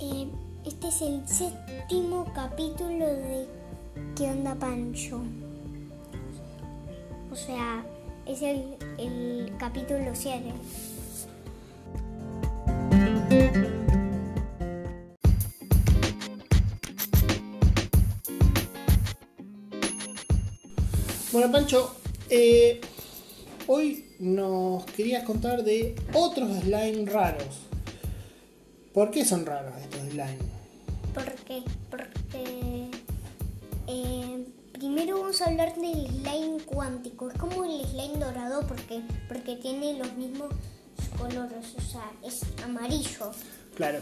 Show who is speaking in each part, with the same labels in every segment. Speaker 1: Eh, este es el séptimo capítulo de ¿Qué onda Pancho? O sea, es el, el capítulo 7.
Speaker 2: Bueno, Pancho, eh, hoy nos querías contar de otros slime raros. ¿Por qué son raros estos slime?
Speaker 1: ¿Por qué? Porque eh, primero vamos a hablar del slime cuántico. Es como el slime dorado porque, porque tiene los mismos colores, o sea, es amarillo.
Speaker 2: Claro.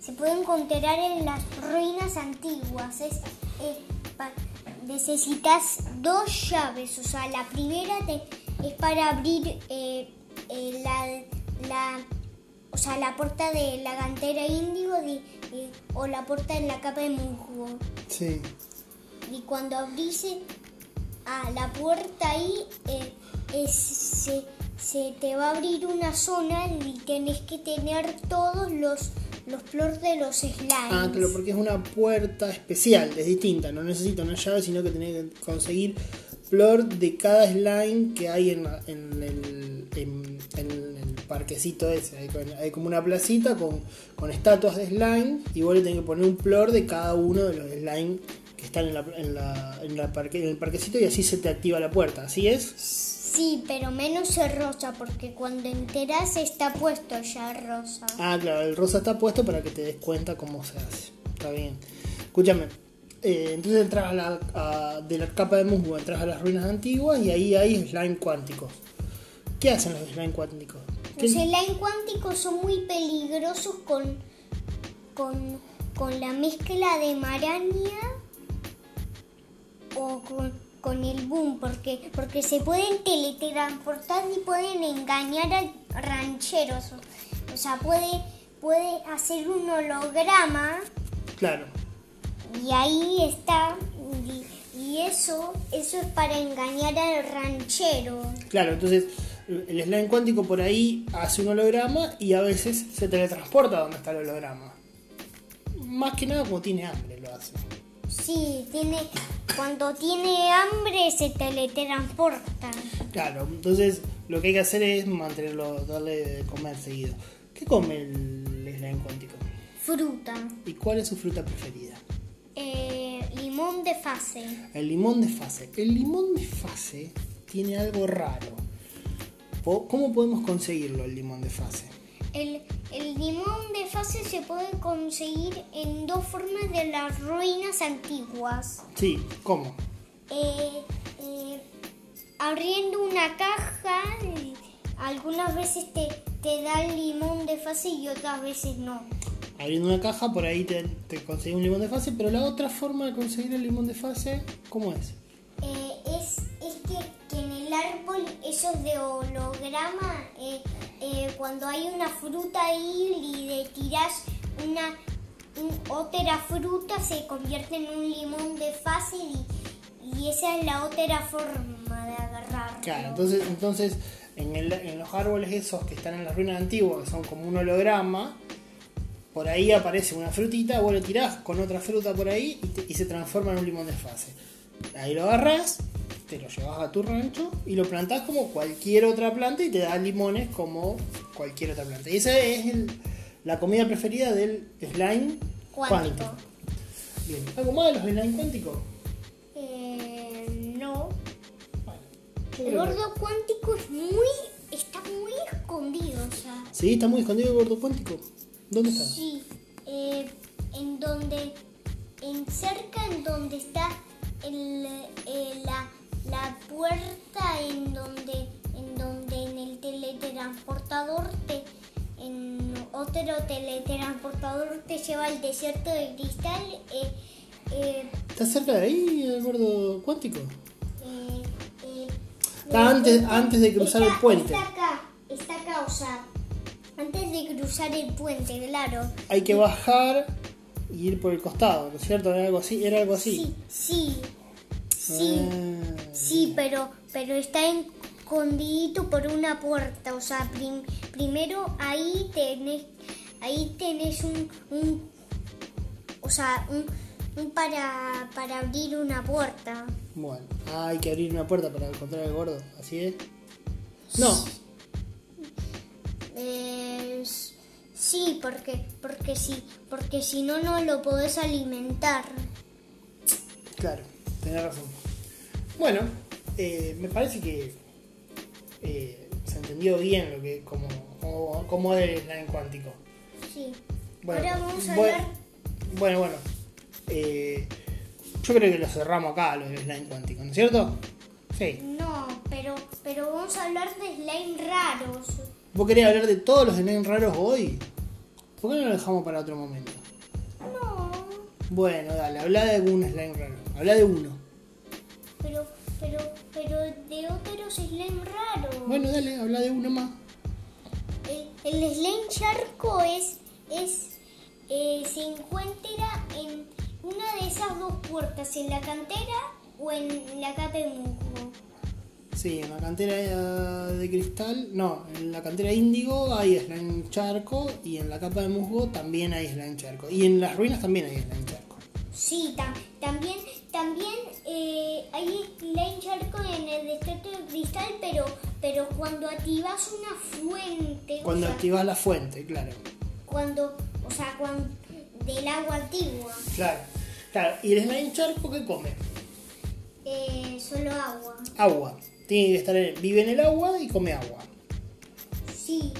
Speaker 1: Se puede encontrar en las ruinas antiguas. Es, eh, pa- necesitas dos llaves, o sea, la primera te- es para abrir eh, eh, la, la- o sea, la puerta de la cantera índigo de- de- o la puerta en la capa de musgo.
Speaker 2: Sí.
Speaker 1: Y cuando abrís eh, a la puerta ahí, eh, es- se, se te va a abrir una zona y tenés que tener todos los, los flores de los slimes.
Speaker 2: Ah, claro, porque es una puerta especial, es distinta. No necesita una llave, sino que tenés que conseguir flor de cada slime que hay en, la- en el, en- en el parquecito ese. Hay, con- hay como una placita con, con estatuas de slime y vos le tenés que poner un flor de cada uno de los slime que están en, la, en, la- en la parque- en el parquecito y así se te activa la puerta. ¿Así es?
Speaker 1: Sí, pero menos el rosa, porque cuando enteras está puesto ya el rosa.
Speaker 2: Ah, claro, el rosa está puesto para que te des cuenta cómo se hace. Está bien. Escúchame. eh, entonces entras a la, a- de la capa de musgo, entras a las ruinas antiguas y ahí hay slime cuánticos. ¿Qué hacen los slime cuánticos? ¿Qué-
Speaker 1: Los slime cuánticos son muy peligrosos con, con, con la mezcla de maraña o con, con el boom, porque, porque se pueden teletransportar y pueden engañar a rancheros. O, o sea, puede, puede hacer un holograma
Speaker 2: Claro,
Speaker 1: y ahí está. Y, y eso, eso es para engañar al ranchero.
Speaker 2: claro. Entonces el slime cuántico por ahí hace un holograma y a veces se teletransporta a donde está el holograma. Más que nada como tiene hambre lo hace.
Speaker 1: Sí, tiene, cuando tiene hambre se teletransporta.
Speaker 2: Claro, entonces lo que hay que hacer es mantenerlo, darle de comer seguido. ¿Qué come el slime cuántico?
Speaker 1: Fruta.
Speaker 2: ¿Y cuál es su fruta preferida?
Speaker 1: Eh, limón de fase.
Speaker 2: El limón de fase. El limón de fase tiene algo raro. Po- ¿Cómo podemos conseguirlo el limón de fase?
Speaker 1: El, el limón de fase se puede conseguir en dos formas de las ruinas antiguas.
Speaker 2: Sí, ¿cómo?
Speaker 1: Eh, eh, abriendo una caja, y algunas veces te, te da el limón de fase y otras veces no.
Speaker 2: Abriendo una caja, por ahí te, te conseguí un limón de fase, pero la otra forma de conseguir el limón de fase, ¿cómo es?
Speaker 1: Eh, es, es que, que en el árbol, esos de holograma, eh, eh, cuando hay una fruta ahí y le tirás una un- otra fruta, se convierte en un limón de fase y, y esa es la otra forma de agarrarlo.
Speaker 2: Claro, entonces, entonces en, el- en los árboles esos que están en las ruinas antiguas, que son como un holograma, por ahí aparece una frutita, vos lo tirás con otra fruta por ahí y, te- y se transforma en un limón de fase. Ahí lo agarrás, te lo llevas a tu rancho y lo plantás como cualquier otra planta y te da limones como cualquier otra planta. Y esa es el- la comida preferida del slime
Speaker 1: Cuántico.
Speaker 2: Bien, ¿algo más de los slime cuánticos?
Speaker 1: Eh, no.
Speaker 2: Bueno, yo creo
Speaker 1: El
Speaker 2: que-
Speaker 1: gordo cuántico es muy, está muy escondido, o sea.
Speaker 2: Sí, está muy escondido el gordo cuántico. ¿Dónde está?
Speaker 1: Sí, eh, en donde, en cerca en donde está el, eh, la, la puerta en donde, en donde en el teletransportador te, en otro teletransportador te lleva al desierto de cristal. eh, eh,
Speaker 2: ¿Está cerca de ahí el gordo cuántico?
Speaker 1: eh, eh,
Speaker 2: Está antes- antes de cruzar el puente.
Speaker 1: Está acá, está acá, o sea, antes de cruzar el puente, claro.
Speaker 2: Hay que bajar y ir por el costado, ¿no es cierto? Era algo así. Era algo así.
Speaker 1: Sí, sí, sí,
Speaker 2: Ah,
Speaker 1: sí, pero, pero está escondidito por una puerta. O sea, prim- primero ahí tenés, ahí tenés un, un, o sea, un, un para, para abrir una puerta.
Speaker 2: Bueno, ah, hay que abrir una puerta para encontrar al gordo, ¿así es? No,
Speaker 1: Eh, s- sí, porque, porque sí, porque si no, no lo podés alimentar.
Speaker 2: claro, tenés razón. Bueno, eh, me parece que eh, se entendió bien lo que como, como, como es el en cuántico.
Speaker 1: Sí.
Speaker 2: Bueno,
Speaker 1: Ahora vamos a
Speaker 2: bue-
Speaker 1: hablar.
Speaker 2: Bueno, bueno. Eh, yo creo que lo cerramos acá, lo del slime cuántico, ¿no es cierto? Sí.
Speaker 1: No, pero, pero vamos a hablar de slime raros.
Speaker 2: ¿Vos querés hablar de todos los slime raros hoy? ¿Por qué no lo dejamos para otro momento?
Speaker 1: No,
Speaker 2: Bueno, dale, habla de algún slime raro. Habla de uno.
Speaker 1: pero, pero, pero de otros slime raros.
Speaker 2: Bueno, dale, habla de uno más.
Speaker 1: El, el slime charco es, es eh, se encuentra en una de esas dos puertas, en la cantera o en la capa de musgo.
Speaker 2: Sí, en la cantera eh, de cristal, no, en la cantera índigo hay slime charco y en la capa de musgo también hay slime charco. Y en las ruinas también hay slime charco.
Speaker 1: Sí, tam- también, también eh, hay slime charco en el desierto de cristal, pero, pero cuando activas una fuente, o
Speaker 2: Cuando
Speaker 1: sea,
Speaker 2: activas la fuente, claro.
Speaker 1: cuando, o sea, cuando, del agua antigua,
Speaker 2: Claro, claro. ¿Y el slime charco qué come?
Speaker 1: eh, solo agua.
Speaker 2: Agua. Tiene que estar en- vive en el agua y come agua.
Speaker 1: Sí,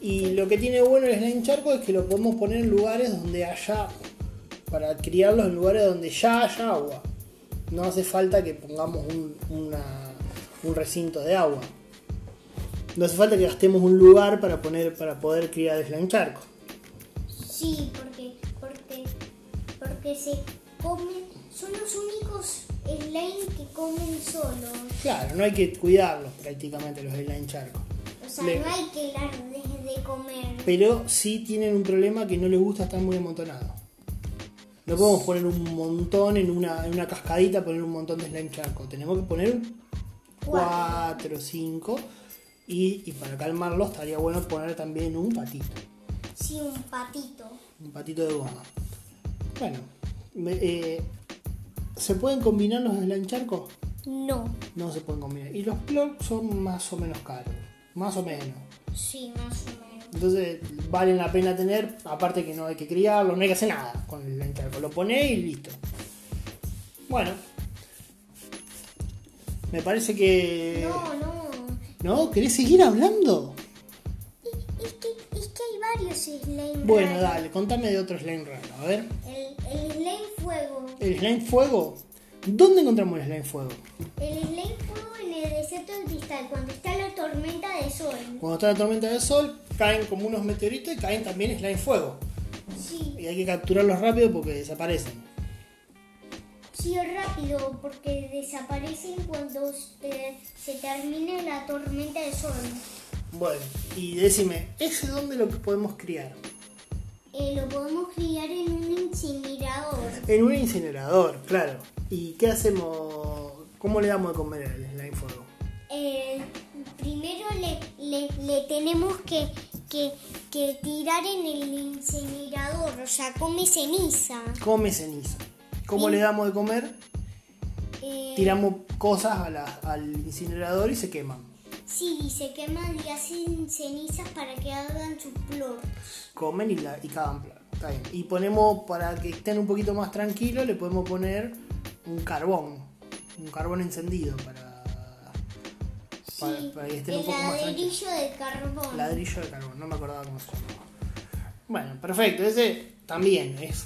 Speaker 2: Y lo que tiene bueno el slime charco es que lo podemos poner en lugares donde haya para criarlos en lugares donde ya haya agua. No hace falta que pongamos un, una- un recinto de agua. No hace falta que gastemos un lugar para poner para poder criar el slime charco.
Speaker 1: sí, porque, porque, porque se comen, son los únicos slime que comen solos.
Speaker 2: Claro, no hay que cuidarlos prácticamente los slime charco.
Speaker 1: O sea,
Speaker 2: Le-
Speaker 1: no hay que darles de comer.
Speaker 2: pero sí tienen un problema que no les gusta estar muy amontonados. No podemos poner un montón en una, en una cascadita, poner un montón de slime charco. Tenemos que poner
Speaker 1: Cuatro.
Speaker 2: 4, 5. Y, y para calmarlos estaría bueno poner también un patito.
Speaker 1: Sí, un patito.
Speaker 2: Un patito de goma. Bueno, me- eh, ¿se pueden combinar los slime charcos?
Speaker 1: No.
Speaker 2: No se pueden combinar. Y los plugs son más o menos caros. Más o menos.
Speaker 1: Sí, más o menos.
Speaker 2: Entonces valen la pena tener, aparte que no hay que criarlo, no hay que hacer nada con el encharco. Lo pone y listo. Bueno. Me parece que...
Speaker 1: No, no.
Speaker 2: ¿No? ¿Querés seguir hablando?
Speaker 1: Es que, es que hay varios slime.
Speaker 2: Bueno,
Speaker 1: raros.
Speaker 2: dale, contame de otro slime raro. A ver.
Speaker 1: El, el slime fuego.
Speaker 2: ¿El slime fuego? ¿Dónde encontramos el slime fuego?
Speaker 1: El slime fuego en el desierto del cristal, cuando está la tormenta de sol.
Speaker 2: Cuando está la tormenta de sol, caen como unos meteoritos y caen también slime fuego.
Speaker 1: Sí,
Speaker 2: Y hay que capturarlos rápido porque desaparecen.
Speaker 1: sí, rápido, porque desaparecen cuando se, eh, se termina la tormenta de sol.
Speaker 2: Bueno, y decime, ¿ese dónde lo que podemos criar?
Speaker 1: Eh, lo podemos criar en un incinerador.
Speaker 2: En un incinerador, claro. ¿Y qué hacemos? ¿Cómo le damos de comer al slime fuego?
Speaker 1: Eh, primero le, le- le tenemos que, que- que tirar en el incinerador, o sea, come ceniza.
Speaker 2: Come ceniza. ¿Cómo
Speaker 1: Sí.
Speaker 2: le damos de comer?
Speaker 1: Eh,
Speaker 2: Tiramos cosas a la- al incinerador y se queman.
Speaker 1: Sí, y se queman y hacen cenizas para que hagan su flor.
Speaker 2: Comen y, la, y cagan pla- Está bien. Y ponemos, para que estén un poquito más tranquilos, le podemos poner un carbón. Un carbón encendido para, para,
Speaker 1: Sí,
Speaker 2: para que estén un
Speaker 1: el
Speaker 2: poco más tranquilos.
Speaker 1: ladrillo de carbón.
Speaker 2: Ladrillo de carbón, no me acordaba cómo se llamaba. Bueno, perfecto, ese también es.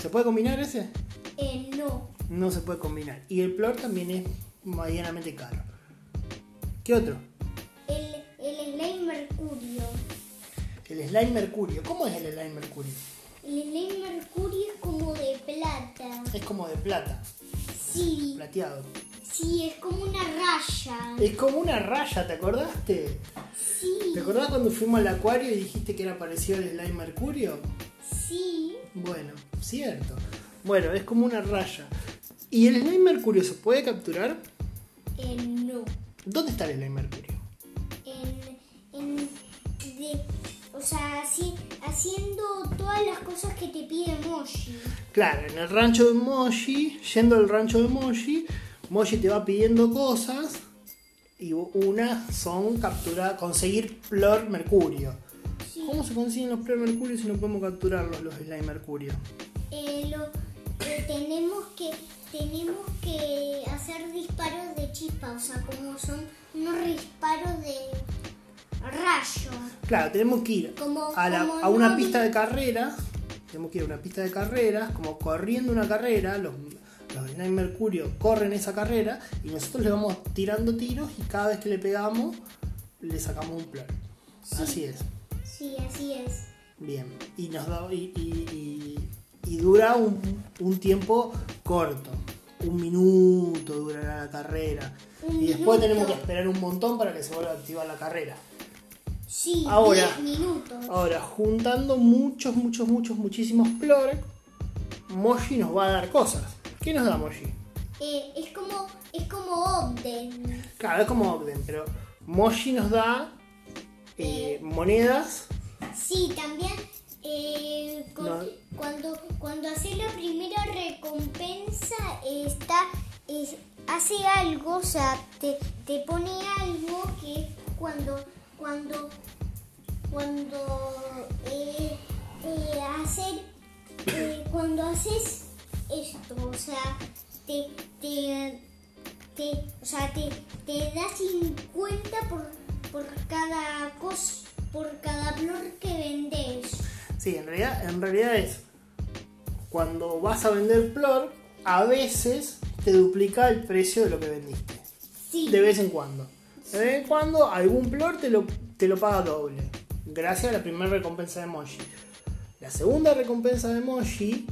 Speaker 2: ¿Se puede combinar ese?
Speaker 1: Eh, no,
Speaker 2: No se puede combinar. Y el plor también es medianamente caro. ¿Qué otro?
Speaker 1: el, el slime mercurio.
Speaker 2: El slime mercurio. ¿Cómo es el slime mercurio?
Speaker 1: El slime mercurio es como de plata.
Speaker 2: Es como de plata,
Speaker 1: Sí,
Speaker 2: plateado.
Speaker 1: sí, es como una raya.
Speaker 2: Es como una raya, ¿te acordaste?
Speaker 1: Sí,
Speaker 2: ¿Te acordás cuando fuimos al acuario y dijiste que era parecido al slime mercurio?
Speaker 1: sí.
Speaker 2: Bueno, cierto. Bueno, es como una raya. ¿Y el slime mercurio se puede capturar?
Speaker 1: Eh, no.
Speaker 2: ¿Dónde está el slime mercurio?
Speaker 1: En, en- de- o sea, así, haciendo todas las cosas que te pide Moshi.
Speaker 2: Claro, en el rancho de Moshi, yendo al rancho de Moshi, Moshi te va pidiendo cosas y una son capturar, conseguir Plor Mercurio.
Speaker 1: Sí.
Speaker 2: ¿Cómo se consiguen los Plor Mercurio si no podemos capturarlos, los Slime Mercurio?
Speaker 1: Eh, lo, eh, tenemos que tenemos que hacer disparos de chispa, o sea, como son unos disparos de rayo.
Speaker 2: Claro, tenemos que ir
Speaker 1: Como-
Speaker 2: a, la-
Speaker 1: como
Speaker 2: a una
Speaker 1: no-
Speaker 2: pista de carreras, tenemos que ir a una pista de carreras, como corriendo una carrera, los, los Slime Mercurio corren esa carrera y nosotros le vamos tirando tiros y cada vez que le pegamos le sacamos un Plor.
Speaker 1: Sí.
Speaker 2: Así es.
Speaker 1: Sí, así es.
Speaker 2: Bien, y nos da, y, y- y- y dura un, un tiempo corto. Un minuto durará la carrera.
Speaker 1: Un
Speaker 2: y después
Speaker 1: minuto.
Speaker 2: tenemos que esperar un montón para que se vuelva a activar la carrera.
Speaker 1: Sí,
Speaker 2: Ahora.
Speaker 1: 10 minutos.
Speaker 2: Ahora, juntando muchos, muchos, muchos, muchísimos plores, Moshi nos va a dar cosas. ¿Qué nos da Moshi?
Speaker 1: Eh, es como es como Obden.
Speaker 2: Claro, es como Ogden, pero Moshi nos da eh, monedas.
Speaker 1: Sí, también eh, con-
Speaker 2: No.
Speaker 1: cuando, cuando hace la primera recompensa eh, está es- hace algo, o sea, te, te pone algo que es cuando cuando cuando eh, eh, hacer eh, cuando haces esto, o sea, te, te, te, o sea, te, te da 50 por, por cada cosa, por cada flor que vendes.
Speaker 2: Sí, en realidad, en realidad es cuando vas a vender flor, a veces te duplica el precio de lo que vendiste.
Speaker 1: Sí,
Speaker 2: De vez en cuando. De vez en cuando algún flor te lo, te lo paga doble. Gracias a la primera recompensa de Moshi. La segunda recompensa de Moshi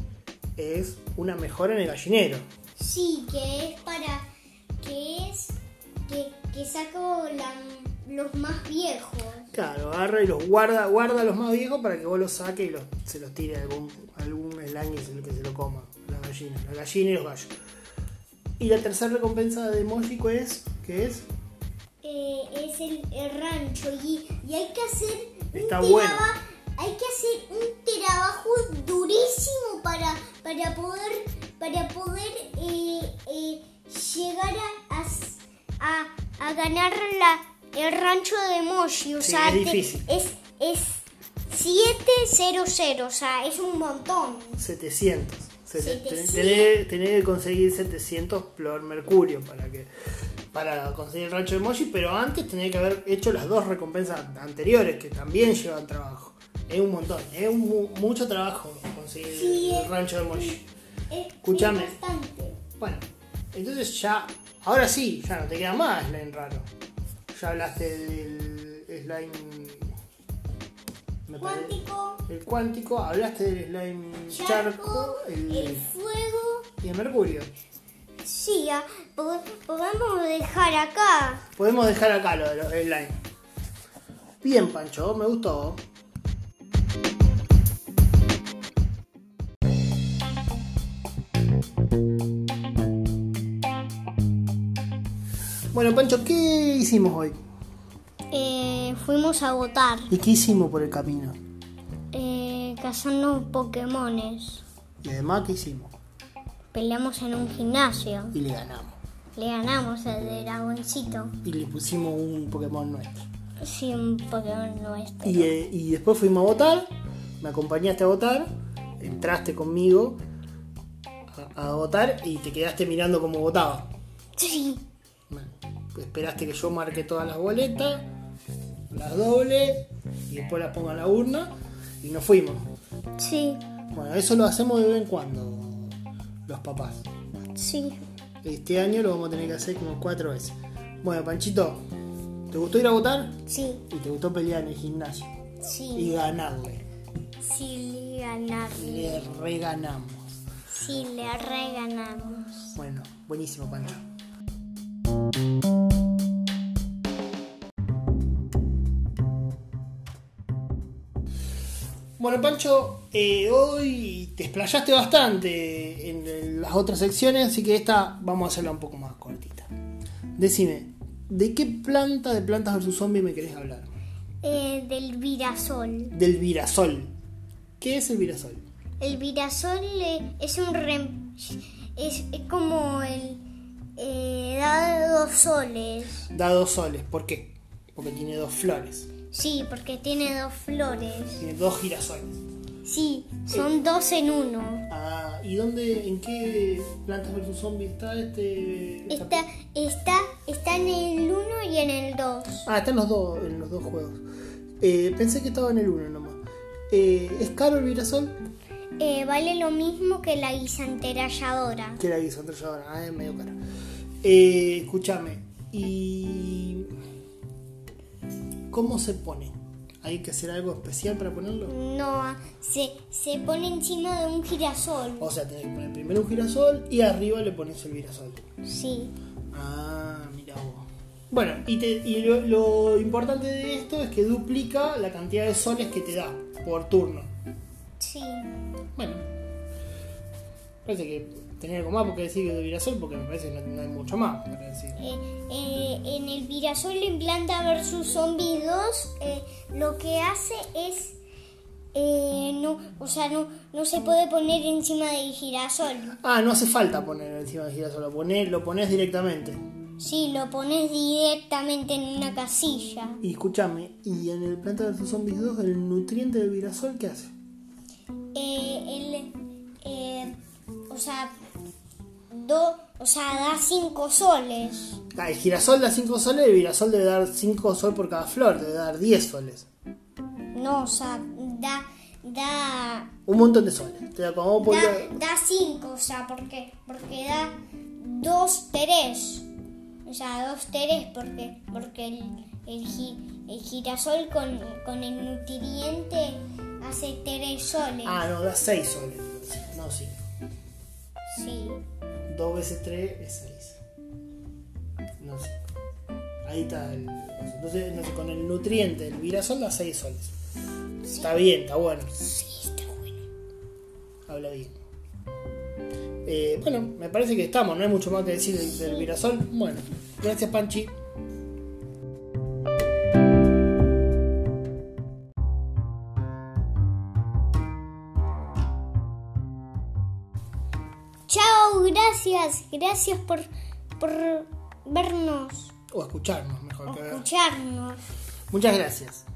Speaker 2: es una mejora en el gallinero.
Speaker 1: sí, que es para, que es, que, que saco la- los más viejos.
Speaker 2: Claro, agarra y los guarda, guarda los más viejos para que vos los saques y los- se los tire algún, algún slime que se, lo- que se lo coma. La gallina, la gallina y los gallos. Y la tercera recompensa de Moshi ¿cuál es, que es,
Speaker 1: Eh, es el, el rancho y, y hay que hacer un
Speaker 2: Está
Speaker 1: traba-
Speaker 2: bueno.
Speaker 1: hay que hacer un trabajo durísimo para para poder para poder eh, eh, llegar a, a s- a- a ganar la, el rancho de Moshi o
Speaker 2: Sí,
Speaker 1: sea
Speaker 2: es
Speaker 1: te-
Speaker 2: difícil.
Speaker 1: es es 700 o sea es un montón
Speaker 2: 700. Se- te-
Speaker 1: 700.
Speaker 2: Tenés, tenés que conseguir 700 Plor Mercurio para que para conseguir el rancho de Moshi, pero antes tenés que haber hecho las dos recompensas anteriores que también llevan trabajo. Es un montón, es un mu- mucho trabajo conseguir
Speaker 1: Sí,
Speaker 2: el
Speaker 1: es-
Speaker 2: rancho de Moshi.
Speaker 1: Es- es
Speaker 2: Escúchame.
Speaker 1: bastante.
Speaker 2: Bueno, entonces ya, ahora sí, ya no te queda más slime raro. Ya hablaste del slime... me perdí.
Speaker 1: cuántico
Speaker 2: El cuántico, hablaste del slime charco,
Speaker 1: charco
Speaker 2: el-
Speaker 1: el fuego
Speaker 2: y el mercurio.
Speaker 1: Sí, ah, po- podemos dejar acá.
Speaker 2: Podemos dejar acá lo de los slime. Bien, Pancho, me gustó. Bueno, Pancho, ¿qué hicimos hoy?
Speaker 1: Eh, fuimos a votar, eh,
Speaker 2: ¿Y qué hicimos por el camino?
Speaker 1: cazando Pokémones.
Speaker 2: Y además, ¿qué hicimos?
Speaker 1: Peleamos en un gimnasio.
Speaker 2: Y le ganamos.
Speaker 1: Le ganamos al de dragoncito.
Speaker 2: Y le pusimos un Pokémon nuestro.
Speaker 1: Sí, un Pokémon nuestro.
Speaker 2: Y, eh, y después fuimos a votar, me acompañaste a votar, entraste conmigo a, a votar y te quedaste mirando cómo votaba.
Speaker 1: Sí,
Speaker 2: Bueno, Esperaste que yo marque todas las boletas, las doble y después las ponga en la urna y nos fuimos.
Speaker 1: sí,
Speaker 2: Bueno, eso lo hacemos de vez en cuando los papás.
Speaker 1: sí.
Speaker 2: Este año lo vamos a tener que hacer como cuatro veces. Bueno, Panchito, ¿te gustó ir a votar?
Speaker 1: Sí,
Speaker 2: Y te gustó pelear en el gimnasio y
Speaker 1: sí.
Speaker 2: ganarle.
Speaker 1: Sí, le
Speaker 2: Y
Speaker 1: ganamos.
Speaker 2: le reganamos.
Speaker 1: Sí, le reganamos.
Speaker 2: Bueno, buenísimo, Pancho. Bueno, Pancho, eh, hoy te explayaste bastante en, en las otras secciones, así que esta vamos a hacerla un poco más cortita. Decime, ¿de qué planta de plantas versus zombies me querés hablar?
Speaker 1: Eh, del Virasol.
Speaker 2: Del virasol. ¿Qué es el virasol?
Speaker 1: El virasol eh, es un rem- es, es como el eh, da dos soles.
Speaker 2: Da dos soles. ¿Por qué? Porque tiene dos flores.
Speaker 1: Sí, porque tiene dos flores.
Speaker 2: Tiene dos girasoles.
Speaker 1: Sí, son dos en uno.
Speaker 2: Ah, ¿y dónde, en qué Plantas vs Zombie está este...? esta-
Speaker 1: Está, está, está en el uno y en el dos.
Speaker 2: Ah, están los dos, en los dos juegos. Eh, pensé que estaba en el uno nomás. Eh, ¿Es caro el virasol?
Speaker 1: Eh, vale lo mismo que la guisanteralladora.
Speaker 2: Que la guisa ahora, ah, es medio caro. Eh, escúchame, ¿y cómo se pone? ¿Hay que hacer algo especial para ponerlo?
Speaker 1: No, se, se pone encima de un girasol.
Speaker 2: O sea, tenés que poner primero un girasol y arriba le pones el girasol.
Speaker 1: Sí.
Speaker 2: Ah, mira vos. Bueno, y, te- y lo, lo importante de esto es que duplica la cantidad de soles que te da por turno.
Speaker 1: Sí.
Speaker 2: Bueno, parece que tenía algo más porque decir que de girasol, porque me parece que no, no hay mucho más para decir.
Speaker 1: Eh, eh, en el Virasol en Planta vs Zombies 2 eh, lo que hace es eh, no, o sea, no, no se puede poner encima del girasol.
Speaker 2: Ah, no hace falta poner encima del girasol, lo pones, lo pones directamente.
Speaker 1: Sí, lo pones directamente en una casilla.
Speaker 2: Y escúchame, ¿y en el Planta vs Zombies 2 el nutriente del girasol qué hace?
Speaker 1: Eh, el, eh, o sea, do, o sea, da 5 soles.
Speaker 2: Ah, el girasol da 5 soles, el girasol debe dar 5 soles por cada flor, debe dar 10 soles.
Speaker 1: No, o sea, da da
Speaker 2: Un montón de soles. Te da como vos podías-
Speaker 1: Da, da cinco, o sea, porque, porque da dos teres. O sea, dos teres porque, porque el, el, gi- el girasol con, con el nutriente hace teres soles.
Speaker 2: Ah, no, da 6 soles. entonces, No, sí.
Speaker 1: Sí.
Speaker 2: 2 veces 3 es 6. No sé. Ahí está el. Entonces, entonces con el nutriente, el virasol da 6 soles. Está bien, está bueno.
Speaker 1: Sí, está bueno.
Speaker 2: Habla bien. Eh, bueno, me parece que estamos, no hay mucho más que decir del, del virasol. Bueno, gracias Panchi.
Speaker 1: Chao, gracias. Gracias por, por vernos,
Speaker 2: O escucharnos, mejor que ver.
Speaker 1: escucharnos.
Speaker 2: Muchas gracias.